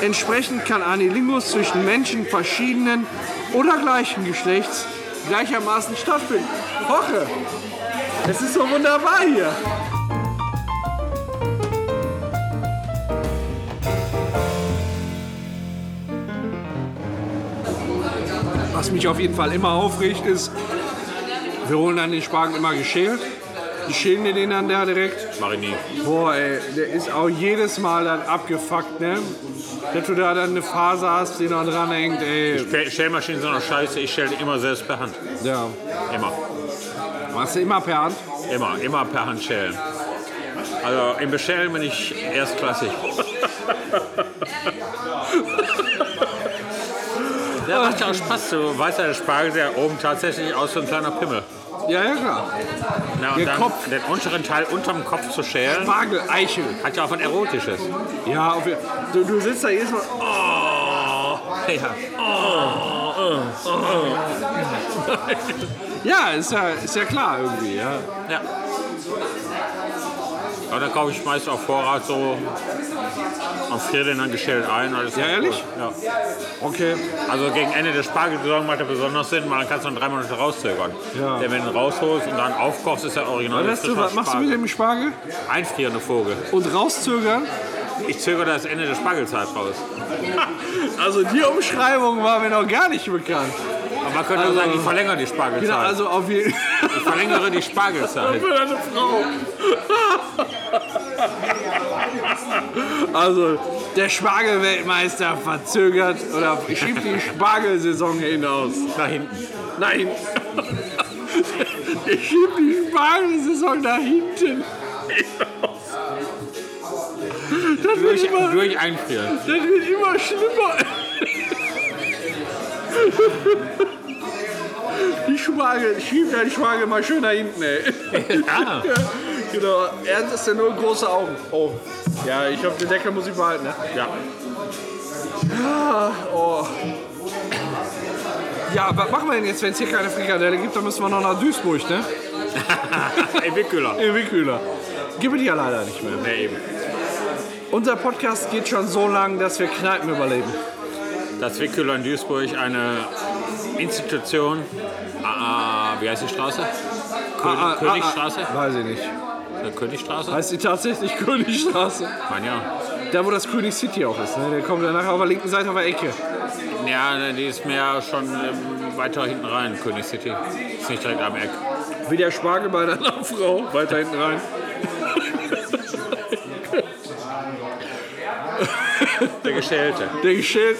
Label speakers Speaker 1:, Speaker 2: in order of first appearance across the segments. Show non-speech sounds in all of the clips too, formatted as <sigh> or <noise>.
Speaker 1: Entsprechend kann Anilingus zwischen Menschen verschiedenen oder gleichen Geschlechts gleichermaßen stattfinden. Hoche! Es ist so wunderbar hier! Was mich auf jeden Fall immer aufregt, ist, wir holen dann den Spargel immer geschält. Die schälen dir den dann da direkt.
Speaker 2: Mach ich nie.
Speaker 1: Boah, ey, der ist auch jedes Mal dann abgefuckt, ne? Dass du da dann eine Faser hast, die noch dran hängt, ey.
Speaker 2: Schä- Schälmaschinen sind noch scheiße, ich schäle immer selbst per Hand.
Speaker 1: Ja.
Speaker 2: Immer.
Speaker 1: Machst du immer per Hand?
Speaker 2: Immer, immer per Hand schälen. Also im Beschälen bin ich erstklassig. <laughs> Der macht auch Spaß. Du weißt ja, der Spargel sieht ja oben tatsächlich aus wie ein kleiner Pimmel.
Speaker 1: Ja, ja, klar.
Speaker 2: Na, und
Speaker 1: Der
Speaker 2: dann
Speaker 1: Kopf.
Speaker 2: den unteren Teil unterm Kopf zu schälen,
Speaker 1: Spargel, Eichel.
Speaker 2: hat ja auch ein erotisches.
Speaker 1: Ja, auf jeden Fall. Du, du sitzt da jedes Mal.
Speaker 2: Oh, ja. Oh, oh,
Speaker 1: Ja, ist ja, ist ja klar irgendwie, ja.
Speaker 2: oh. ja. Und dann kaufe ich meist auf Vorrat so und friere den dann geschält ein. und das ist
Speaker 1: Ja,
Speaker 2: auch
Speaker 1: ehrlich?
Speaker 2: Cool. Ja.
Speaker 1: Okay.
Speaker 2: Also gegen Ende der Spargelsaison macht er besonders Sinn, weil dann kannst du dann drei Monate rauszögern.
Speaker 1: Ja.
Speaker 2: Denn wenn du ihn rausholst und dann aufkochst, ist er original.
Speaker 1: Weißt du,
Speaker 2: frischer
Speaker 1: was machst du mit
Speaker 2: Spargel.
Speaker 1: dem Spargel?
Speaker 2: Einfrierende Vogel.
Speaker 1: Und rauszögern?
Speaker 2: Ich zögere das Ende der Spargelzeit raus.
Speaker 1: Also die Umschreibung war mir noch gar nicht bekannt.
Speaker 2: Aber man könnte auch
Speaker 1: Also-
Speaker 2: sagen, ich verlängere die Spargelzeit.
Speaker 1: Genau, also auf jeden
Speaker 2: ich verlängere die
Speaker 1: <laughs>
Speaker 2: Spargelzeit.
Speaker 1: eine Frau. Also, der Spargelweltmeister verzögert oder schiebt die Spargelsaison hinaus.
Speaker 2: Nach hinten.
Speaker 1: Nein. <laughs> Ich schieb die Spargelsaison nach hinten. Das wird,
Speaker 2: Durch,
Speaker 1: immer,
Speaker 2: durch einfrieren.
Speaker 1: das wird immer schlimmer. Die Spargel, schieb deinen Spargel mal schön nach hinten, ey.
Speaker 2: Ja.
Speaker 1: Genau, ernst ist ja nur große Augen. Oh. Ja, ich hoffe, den Deckel muss ich behalten, ne?
Speaker 2: ja.
Speaker 1: Oh. Ja, was machen wir denn jetzt, wenn es hier keine Frikadelle gibt? Dann müssen wir noch nach Duisburg, ne?
Speaker 2: Im Wickkühler.
Speaker 1: Irgendwie kühler. Gibt es ja leider nicht mehr.
Speaker 2: Nee, eben.
Speaker 1: Unser Podcast geht schon so lang, dass wir Kneipen überleben.
Speaker 2: Das Wickkühler in Duisburg, eine Institution. Ah, ah, wie heißt die Straße? König,
Speaker 1: Ah, ah,
Speaker 2: Königstraße?
Speaker 1: ah, ah. Weiß ich nicht.
Speaker 2: Äh, Königstraße?
Speaker 1: Heißt die tatsächlich Königstraße?
Speaker 2: Mann, ja.
Speaker 1: Da, wo das König City auch ist, ne? Der kommt danach auf der linken Seite auf der Ecke.
Speaker 2: Ja, die ist mehr schon ähm, weiter hinten rein, König City. Ist nicht direkt am Eck.
Speaker 1: Wie der Spargel bei <laughs> deiner Frau. Weiter hinten rein.
Speaker 2: Der Geschälte.
Speaker 1: Der Geschild.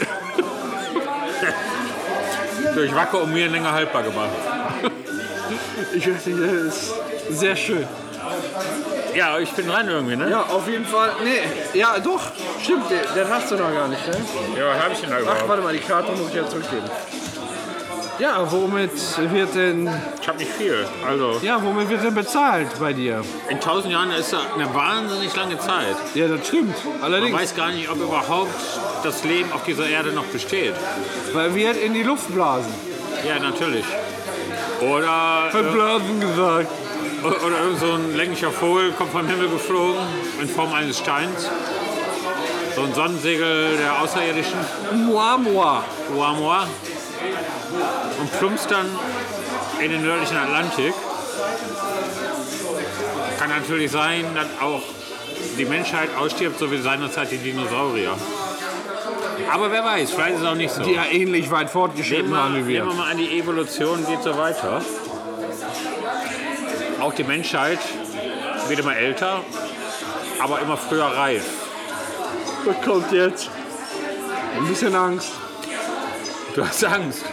Speaker 2: Durch Wacke um mir länger haltbar gemacht.
Speaker 1: Ich weiß nicht, das ist sehr schön.
Speaker 2: Ja, ich bin rein irgendwie, ne?
Speaker 1: Ja, auf jeden Fall. Nee, ja, doch. Stimmt, den- den hast du noch gar nicht, ne?
Speaker 2: Ja, was hab ich denn da
Speaker 1: Ach, warte mal, die Karte muss ich ja zurückgeben. Ja, womit wird denn,
Speaker 2: Ich hab nicht viel. Also,
Speaker 1: ja, womit wird denn bezahlt bei dir?
Speaker 2: in tausend Jahren ist das eine wahnsinnig lange Zeit.
Speaker 1: Ja, das stimmt.
Speaker 2: Man
Speaker 1: Allerdings,
Speaker 2: weiß gar nicht, ob überhaupt das Leben auf dieser Erde noch besteht.
Speaker 1: weil wir in die Luft blasen.
Speaker 2: Ja, natürlich. Oder,
Speaker 1: Blasen gesagt.
Speaker 2: oder irgend so ein länglicher Vogel kommt vom Himmel geflogen in Form eines Steins. So ein Sonnensegel der Außerirdischen.
Speaker 1: Moi, moi.
Speaker 2: Oumuamua und plumpst dann in den nördlichen Atlantik. Kann natürlich sein, dass auch die Menschheit ausstirbt, so wie seinerzeit die Dinosaurier. Aber wer weiß, vielleicht ist es auch nicht so.
Speaker 1: Die ja ähnlich weit
Speaker 2: Nehmen
Speaker 1: fortgeschritten
Speaker 2: wir,
Speaker 1: waren wie
Speaker 2: nehmen wir
Speaker 1: wir.
Speaker 2: mal an, die Evolution geht so weiter. Auch die Menschheit wird immer älter, aber immer früher reif.
Speaker 1: Was kommt jetzt? Ein bisschen Angst
Speaker 2: Du hast Angst.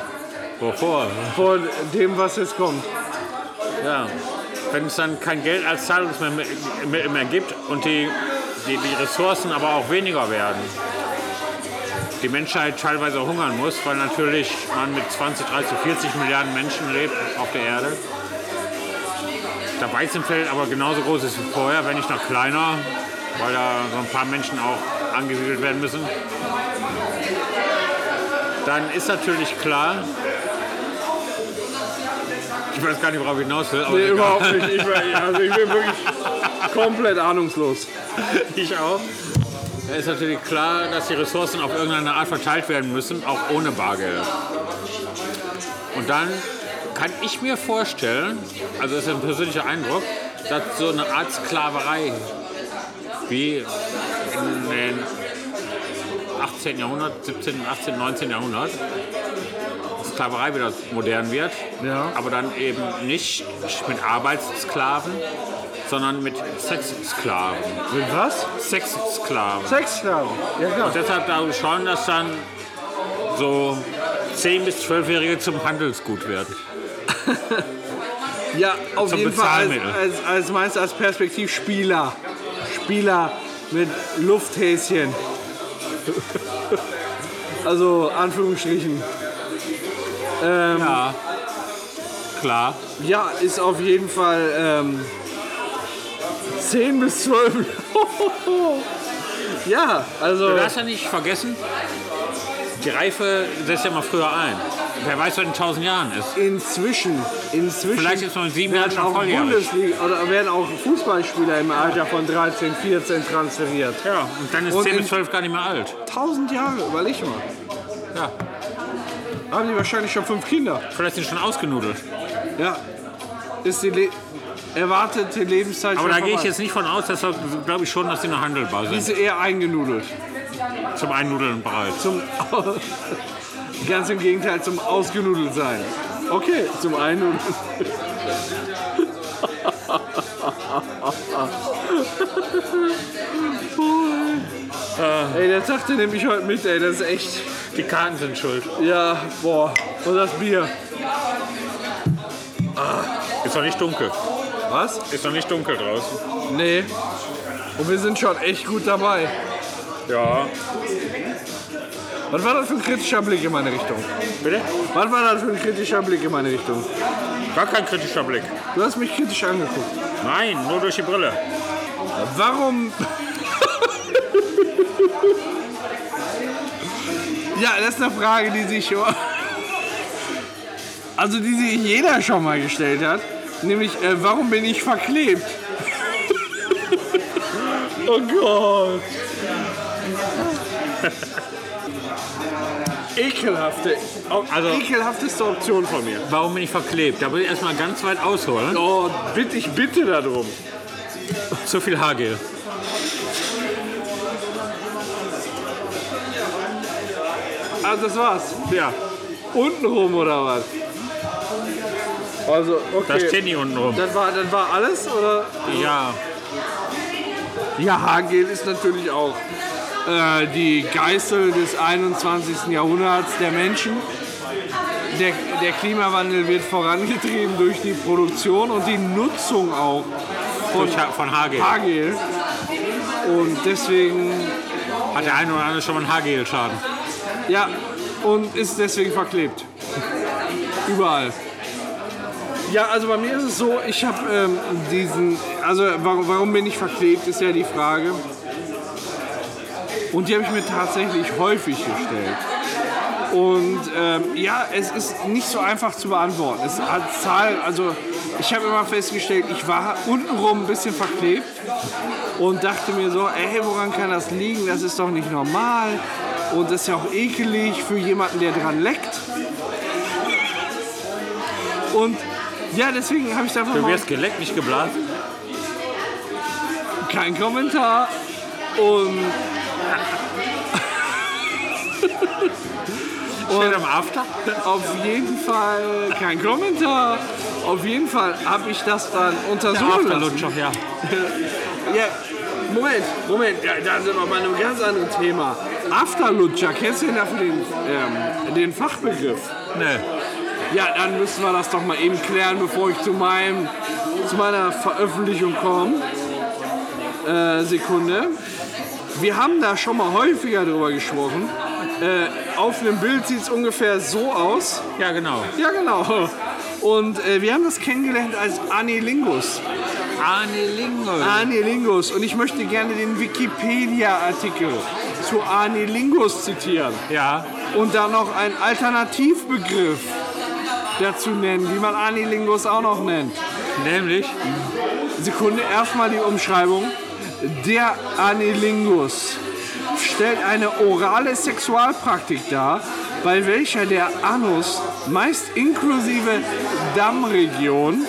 Speaker 2: <laughs> Wovor?
Speaker 1: vor dem, was jetzt kommt.
Speaker 2: Ja. Wenn es dann kein Geld als Zahlungsmittel mehr, mehr gibt und die, die, die Ressourcen aber auch weniger werden, die Menschheit teilweise hungern muss, weil natürlich man mit 20, 30, 40 Milliarden Menschen lebt auf der Erde. Da Weizenfeld aber genauso groß ist wie vorher, wenn nicht noch kleiner, weil da so ein paar Menschen auch angesiedelt werden müssen. Dann ist natürlich klar, ich weiß gar nicht, worauf ich hinaus will, aber
Speaker 1: Nee,
Speaker 2: egal.
Speaker 1: überhaupt nicht. Also
Speaker 2: <laughs>
Speaker 1: Ich, war- also ich bin wirklich komplett ahnungslos.
Speaker 2: Ich auch. Da ist natürlich klar, dass die Ressourcen auf irgendeine Art verteilt werden müssen, auch ohne Bargeld. Und dann kann ich mir vorstellen, also das ist ein persönlicher Eindruck, dass so eine Art Sklaverei wie in den 18. Jahrhundert, 17., 18., 19. Jahrhundert, Sklaverei wieder modern wird,
Speaker 1: Ja.
Speaker 2: aber dann eben nicht mit Arbeitssklaven, sondern mit Sexsklaven.
Speaker 1: Mit was?
Speaker 2: Sexsklaven.
Speaker 1: Sexsklaven. Ja, klar.
Speaker 2: Und deshalb glaube ich schon, dass dann so 10- bis 12-Jährige zum Handelsgut werden.
Speaker 1: Ja, auf
Speaker 2: Zum
Speaker 1: jeden Fall als,
Speaker 2: Bezahlmittel.
Speaker 1: als, als meinst du als Perspektivspieler. Spieler mit Lufthäschen. <laughs> also Anführungsstrichen.
Speaker 2: Ja, klar.
Speaker 1: Ja, ist auf jeden Fall ähm, 10 bis 12. <laughs> ja, also
Speaker 2: Du darfst ja nicht vergessen, die Reife setzt ja mal früher ein. Wer weiß, was in 1000 Jahren ist.
Speaker 1: inzwischen, inzwischen
Speaker 2: Vielleicht ist man in sieben Jahren
Speaker 1: werden
Speaker 2: schon
Speaker 1: auch
Speaker 2: volljährig.
Speaker 1: Bundesliga oder werden auch Fußballspieler im Alter von 13, 14 transferiert.
Speaker 2: Ja, und dann ist
Speaker 1: Und
Speaker 2: 10
Speaker 1: in-
Speaker 2: bis 12 gar nicht mehr alt.
Speaker 1: 1000 Jahre, überleg mal.
Speaker 2: Ja,
Speaker 1: Haben die wahrscheinlich schon fünf Kinder.
Speaker 2: vielleicht sind die schon ausgenudelt.
Speaker 1: Ja, ist die Le erwartete Lebenszeit
Speaker 2: Aber
Speaker 1: schon
Speaker 2: da gehe ich
Speaker 1: vorbei.
Speaker 2: jetzt nicht von aus, deshalb glaube ich schon, dass sie noch handelbar
Speaker 1: Die
Speaker 2: sind.
Speaker 1: Ist eher eingenudelt.
Speaker 2: Zum Einnudeln bereit.
Speaker 1: Zum Ganz im Gegenteil zum Ausgenudelt sein. Okay, zum Einnudeln. <laughs> Ey, der Tag, den nehme ich heute mit, ey, das ist echt.
Speaker 2: Die Karten sind schuld.
Speaker 1: Ja, boah. Und das Bier.
Speaker 2: Ist noch nicht dunkel.
Speaker 1: Was?
Speaker 2: Ist noch nicht dunkel draußen.
Speaker 1: Nee. Und wir sind schon echt gut dabei.
Speaker 2: Ja.
Speaker 1: Was war das für ein kritischer Blick in meine Richtung?
Speaker 2: Bitte?
Speaker 1: Was war das für ein kritischer Blick in meine Richtung?
Speaker 2: Gar kein kritischer Blick.
Speaker 1: Du hast mich kritisch angeguckt.
Speaker 2: Nein, nur durch die Brille.
Speaker 1: Warum? ja, das ist eine Frage, die sich also die sich jeder schon mal gestellt hat, nämlich äh, warum bin ich <laughs> verklebt?
Speaker 2: Oh Gott.
Speaker 1: Ekelhafte,
Speaker 2: Also-
Speaker 1: ekelhafteste Option von mir.
Speaker 2: Warum bin ich verklebt? Da will ich erstmal ganz weit ausholen.
Speaker 1: Oh, bitte ich bitte darum.
Speaker 2: Zu viel Haargel.
Speaker 1: Ah, das war's.
Speaker 2: Ja.
Speaker 1: Untenrum oder was? Also
Speaker 2: Da
Speaker 1: okay.
Speaker 2: stehen die unten rum.
Speaker 1: Das war, das war alles oder?
Speaker 2: Ja.
Speaker 1: Ja, Haargel ist natürlich auch äh, die Geißel des 21. Jahrhunderts der Menschen. Der, der Klimawandel wird vorangetrieben durch die Produktion und die Nutzung auch von
Speaker 2: Durch Ha- Von Haargel.
Speaker 1: Haargel. Und deswegen,
Speaker 2: Hat der eine oder andere schon mal einen Haargel-Schaden.
Speaker 1: ja, und ist deswegen verklebt. Überall. Ja, also bei mir ist es so, ich habe ähm, diesen, also warum, warum bin ich verklebt, ist ja die Frage. Und die habe ich mir tatsächlich häufig gestellt. Und ähm, ja, es ist nicht so einfach zu beantworten. Es hat Zahlen, also ich habe immer festgestellt, ich war untenrum ein bisschen verklebt und dachte mir so, ey, woran kann das liegen? Das ist doch nicht normal. Und das ist ja auch ekelig für jemanden, der dran leckt. Und ja, deswegen habe ich da einfach
Speaker 2: Du
Speaker 1: mal
Speaker 2: wirst geleckt, nicht geblasen.
Speaker 1: kein Kommentar. Und
Speaker 2: Steht am After.
Speaker 1: auf jeden Fall kein Kommentar. Auf jeden Fall habe ich das dann
Speaker 2: Der
Speaker 1: untersuchen lassen.
Speaker 2: Afterlutscher, ja.
Speaker 1: Ja, Moment, Moment, ja, da sind wir bei einem ganz anderen Thema. Afterlutscher, kennst du denn dafür den, ähm, den Fachbegriff?
Speaker 2: Nee.
Speaker 1: Ja, dann müssen wir das doch mal eben klären, bevor ich zu, meinem, zu meiner Veröffentlichung komme. Äh, Sekunde. Wir haben da schon mal häufiger drüber gesprochen. Äh, auf einem Bild sieht es ungefähr so aus.
Speaker 2: Ja, genau.
Speaker 1: Ja, genau. Und äh, wir haben das kennengelernt als Anilingus.
Speaker 2: Anilingus.
Speaker 1: Anilingus. Und ich möchte gerne den Wikipedia-Artikel zu Anilingus zitieren
Speaker 2: Ja.
Speaker 1: und dann noch einen Alternativbegriff dazu nennen, wie man Anilingus auch noch nennt.
Speaker 2: Nämlich.
Speaker 1: Sekunde, erstmal die Umschreibung. Der Anilingus stellt eine orale Sexualpraktik dar, bei welcher der Anus meist inklusive Dammregion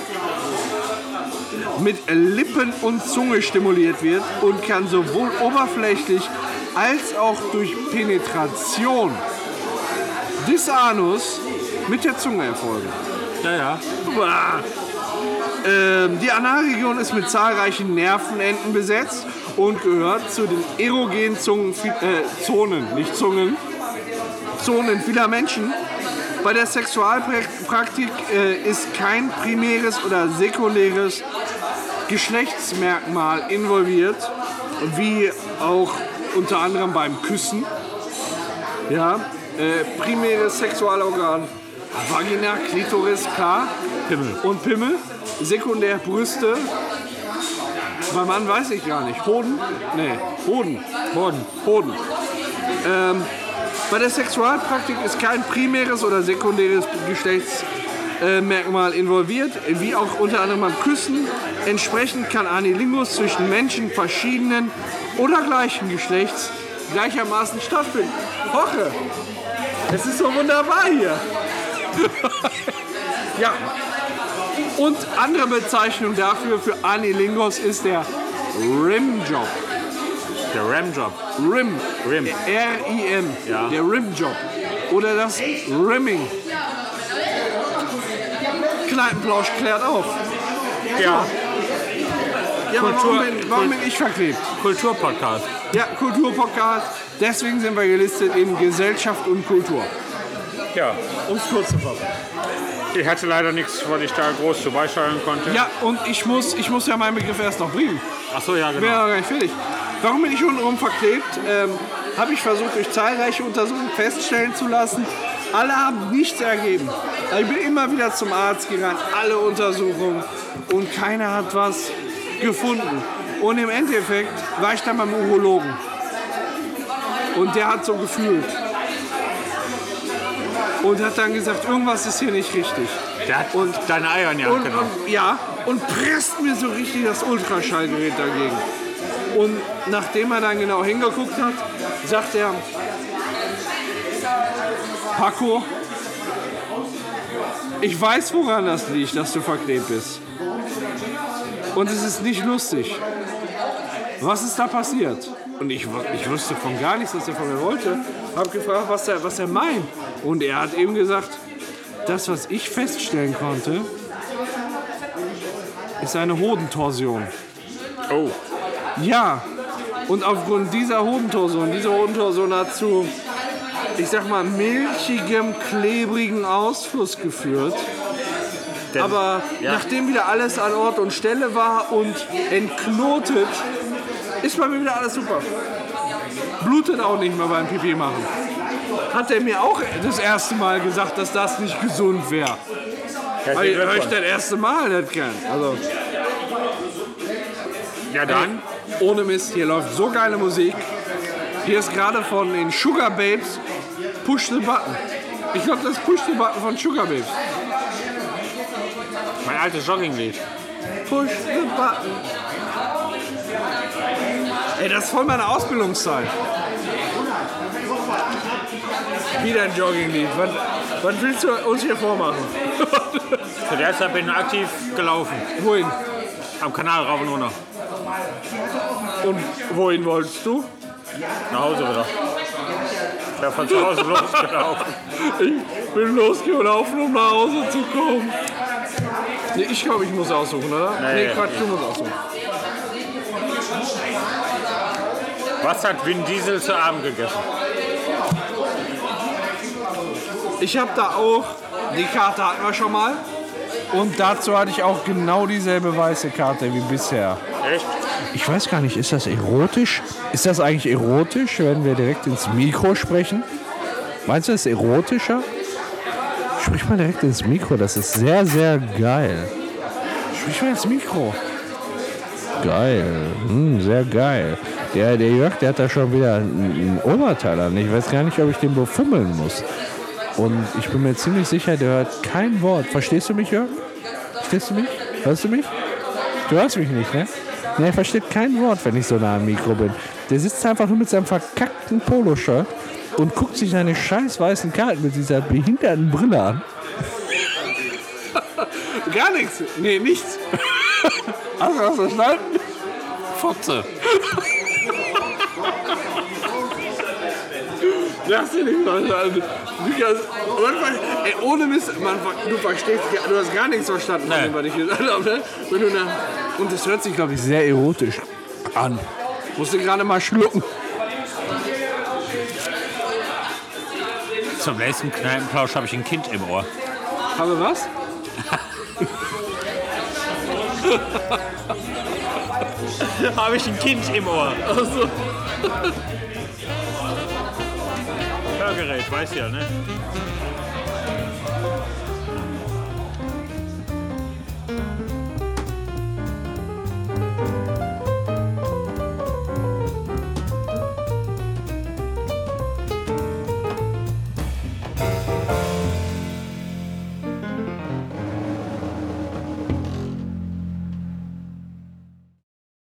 Speaker 1: mit Lippen und Zunge stimuliert wird und kann sowohl oberflächlich als auch durch Penetration des Anus mit der Zunge erfolgen.
Speaker 2: Ja, ja.
Speaker 1: Uah. Ähm, die Analregion ist mit zahlreichen Nervenenden besetzt und gehört zu den erogenen Zungen, vi- äh, Zonen, nicht Zungen, Zonen vieler Menschen. Bei der Sexualpraktik äh, ist kein primäres oder sekundäres Geschlechtsmerkmal involviert, wie auch unter anderem beim Küssen. Ja, äh, primäres Sexualorgan, Vagina, Klitoris, klar.
Speaker 2: Pimmel.
Speaker 1: Und Pimmel, sekundär Brüste. Beim Mann weiß ich gar nicht. Hoden? Nee, Hoden.
Speaker 2: Boden.
Speaker 1: Hoden. Ähm, bei der Sexualpraktik ist kein primäres oder sekundäres Geschlechtsmerkmal äh, Merkmal involviert, wie auch unter anderem beim Küssen. Entsprechend kann Anilingus zwischen Menschen verschiedenen oder gleichen Geschlechts gleichermaßen stattfinden. Hoche! Es ist so wunderbar hier! <laughs> ja. Und andere Bezeichnung dafür für Anilingus ist der Rimjob.
Speaker 2: Der Ramjob.
Speaker 1: Rim.
Speaker 2: Rim.
Speaker 1: R-I-M.
Speaker 2: Ja.
Speaker 1: Der Rimjob. Oder das Rimming. Kneipenplausch klärt auf.
Speaker 2: Ja.
Speaker 1: Ja, aber
Speaker 2: Kultur-
Speaker 1: warum bin, warum bin ich verklebt?
Speaker 2: Kulturpodcast.
Speaker 1: Ja, Kulturpodcast. Deswegen sind wir gelistet in Gesellschaft und Kultur.
Speaker 2: Ja.
Speaker 1: Um es kurz zu fassen.
Speaker 2: Ich hatte leider nichts, was ich da groß zu beisteuern konnte.
Speaker 1: Ja, und ich muss, ich muss ja meinen Begriff erst noch bringen.
Speaker 2: Achso, ja,
Speaker 1: Ich bin
Speaker 2: genau.
Speaker 1: ja noch gar nicht fertig. Warum bin ich untenrum verklebt? Ähm, habe ich versucht, durch zahlreiche Untersuchungen feststellen zu lassen. Alle haben nichts ergeben. Also ich bin immer wieder zum Arzt gerannt, alle Untersuchungen und keiner hat was gefunden. Und im Endeffekt war ich dann beim Urologen. Und der hat so gefühlt. Und hat dann gesagt, irgendwas ist hier nicht richtig.
Speaker 2: Der hat
Speaker 1: Und-
Speaker 2: deine Eier in die Hand
Speaker 1: Und,
Speaker 2: genommen.
Speaker 1: und, ja, und presst mir so richtig das Ultraschallgerät dagegen. Und nachdem er dann genau hingeguckt hat, sagt er, Paco, ich weiß, woran das liegt, dass du verklebt bist. Und es ist nicht lustig. Was ist da passiert? Und ich, wu- ich wusste von gar nichts, was er von mir wollte. Hab gefragt, was er, was er meint. Und er hat eben gesagt, das, was ich feststellen konnte, ist eine Hodentorsion.
Speaker 2: Oh.
Speaker 1: Ja, und aufgrund dieser Hodentorsion, diese Hodentorsion hat zu, ich sag mal, milchigem, klebrigen Ausfluss geführt.
Speaker 2: Der-
Speaker 1: Aber
Speaker 2: ja.
Speaker 1: nachdem wieder alles an Ort und Stelle war und entknotet, ist bei mir wieder alles super. Blutet auch nicht mehr beim Pipi machen. Hat er mir auch das erste Mal gesagt, dass das nicht gesund wäre. Habe ich, hab ich das erste Mal nicht gern. Also,
Speaker 2: Ja, dann.
Speaker 1: Ohne Mist, hier läuft so geile Musik. Hier ist gerade von den Sugar Babes Push the Button. Ich glaube, das ist Push the Button von Sugar Babes.
Speaker 2: Mein altes Jogginglied.
Speaker 1: Push the Button. Ey, das ist voll meine Ausbildungszeit. Wieder ein Jogginglied. Was, was willst du uns hier vormachen? <laughs>
Speaker 2: Zu der Zeit bin ich aktiv gelaufen.
Speaker 1: wohin?
Speaker 2: Am Kanal rauf und runter.
Speaker 1: Und wohin wolltest du?
Speaker 2: Nach Hause wieder. Ich bin von zu Hause <laughs> losgelaufen.
Speaker 1: Ich bin losgelaufen, um nach Hause zu kommen. Nee, ich glaube, ich muss aussuchen, oder? Nee,
Speaker 2: Nee,
Speaker 1: Quatsch, du musst aussuchen.
Speaker 2: Was hat Vin Diesel zu Abend gegessen?
Speaker 1: Ich habe da auch, die Karte hatten wir schon mal. Und dazu hatte ich auch genau dieselbe weiße Karte wie bisher.
Speaker 2: Echt?
Speaker 1: Ich weiß gar nicht, ist das erotisch? Ist das eigentlich erotisch, wenn wir direkt ins Mikro sprechen? Meinst du, das ist erotischer? Sprich mal direkt ins Mikro, das ist sehr, sehr geil. Sprich mal ins Mikro.
Speaker 3: Geil, hm, sehr geil. Der, der Jörg, der hat da schon wieder ein, ein Oberteil an. Ich weiß gar nicht, ob ich den befummeln muss. Und ich bin mir ziemlich sicher, der hört kein Wort. Verstehst du mich, Jörg? Verstehst du mich? Hörst du mich? Du hörst mich nicht, ne? Ne, er versteht kein Wort, wenn ich so nah am Mikro bin. Der sitzt einfach nur mit seinem verkackten Poloshirt und guckt sich seine scheiß weißen Karten mit dieser behinderten Brille an.
Speaker 1: Gar nichts. Nee, nichts. <laughs> Hast du das verstanden?
Speaker 2: Fotze.
Speaker 1: Das ist nicht verstanden. Lukas, manchmal, ey, ohne Mist, man, du verstehst, gar- du hast gar nichts verstanden, von
Speaker 2: Nee.
Speaker 1: dem, was ich <laughs> gesagt habe. Ne? Wenn du nach- und das hört sich, glaube ich, sehr erotisch an. Musste gerade mal schlucken.
Speaker 2: Zum letzten Kneipenplausch habe ich ein Kind im Ohr.
Speaker 1: Habe was?
Speaker 2: habe ich ein Kind im Ohr. <laughs> Hörgerät, weiß ja, ne?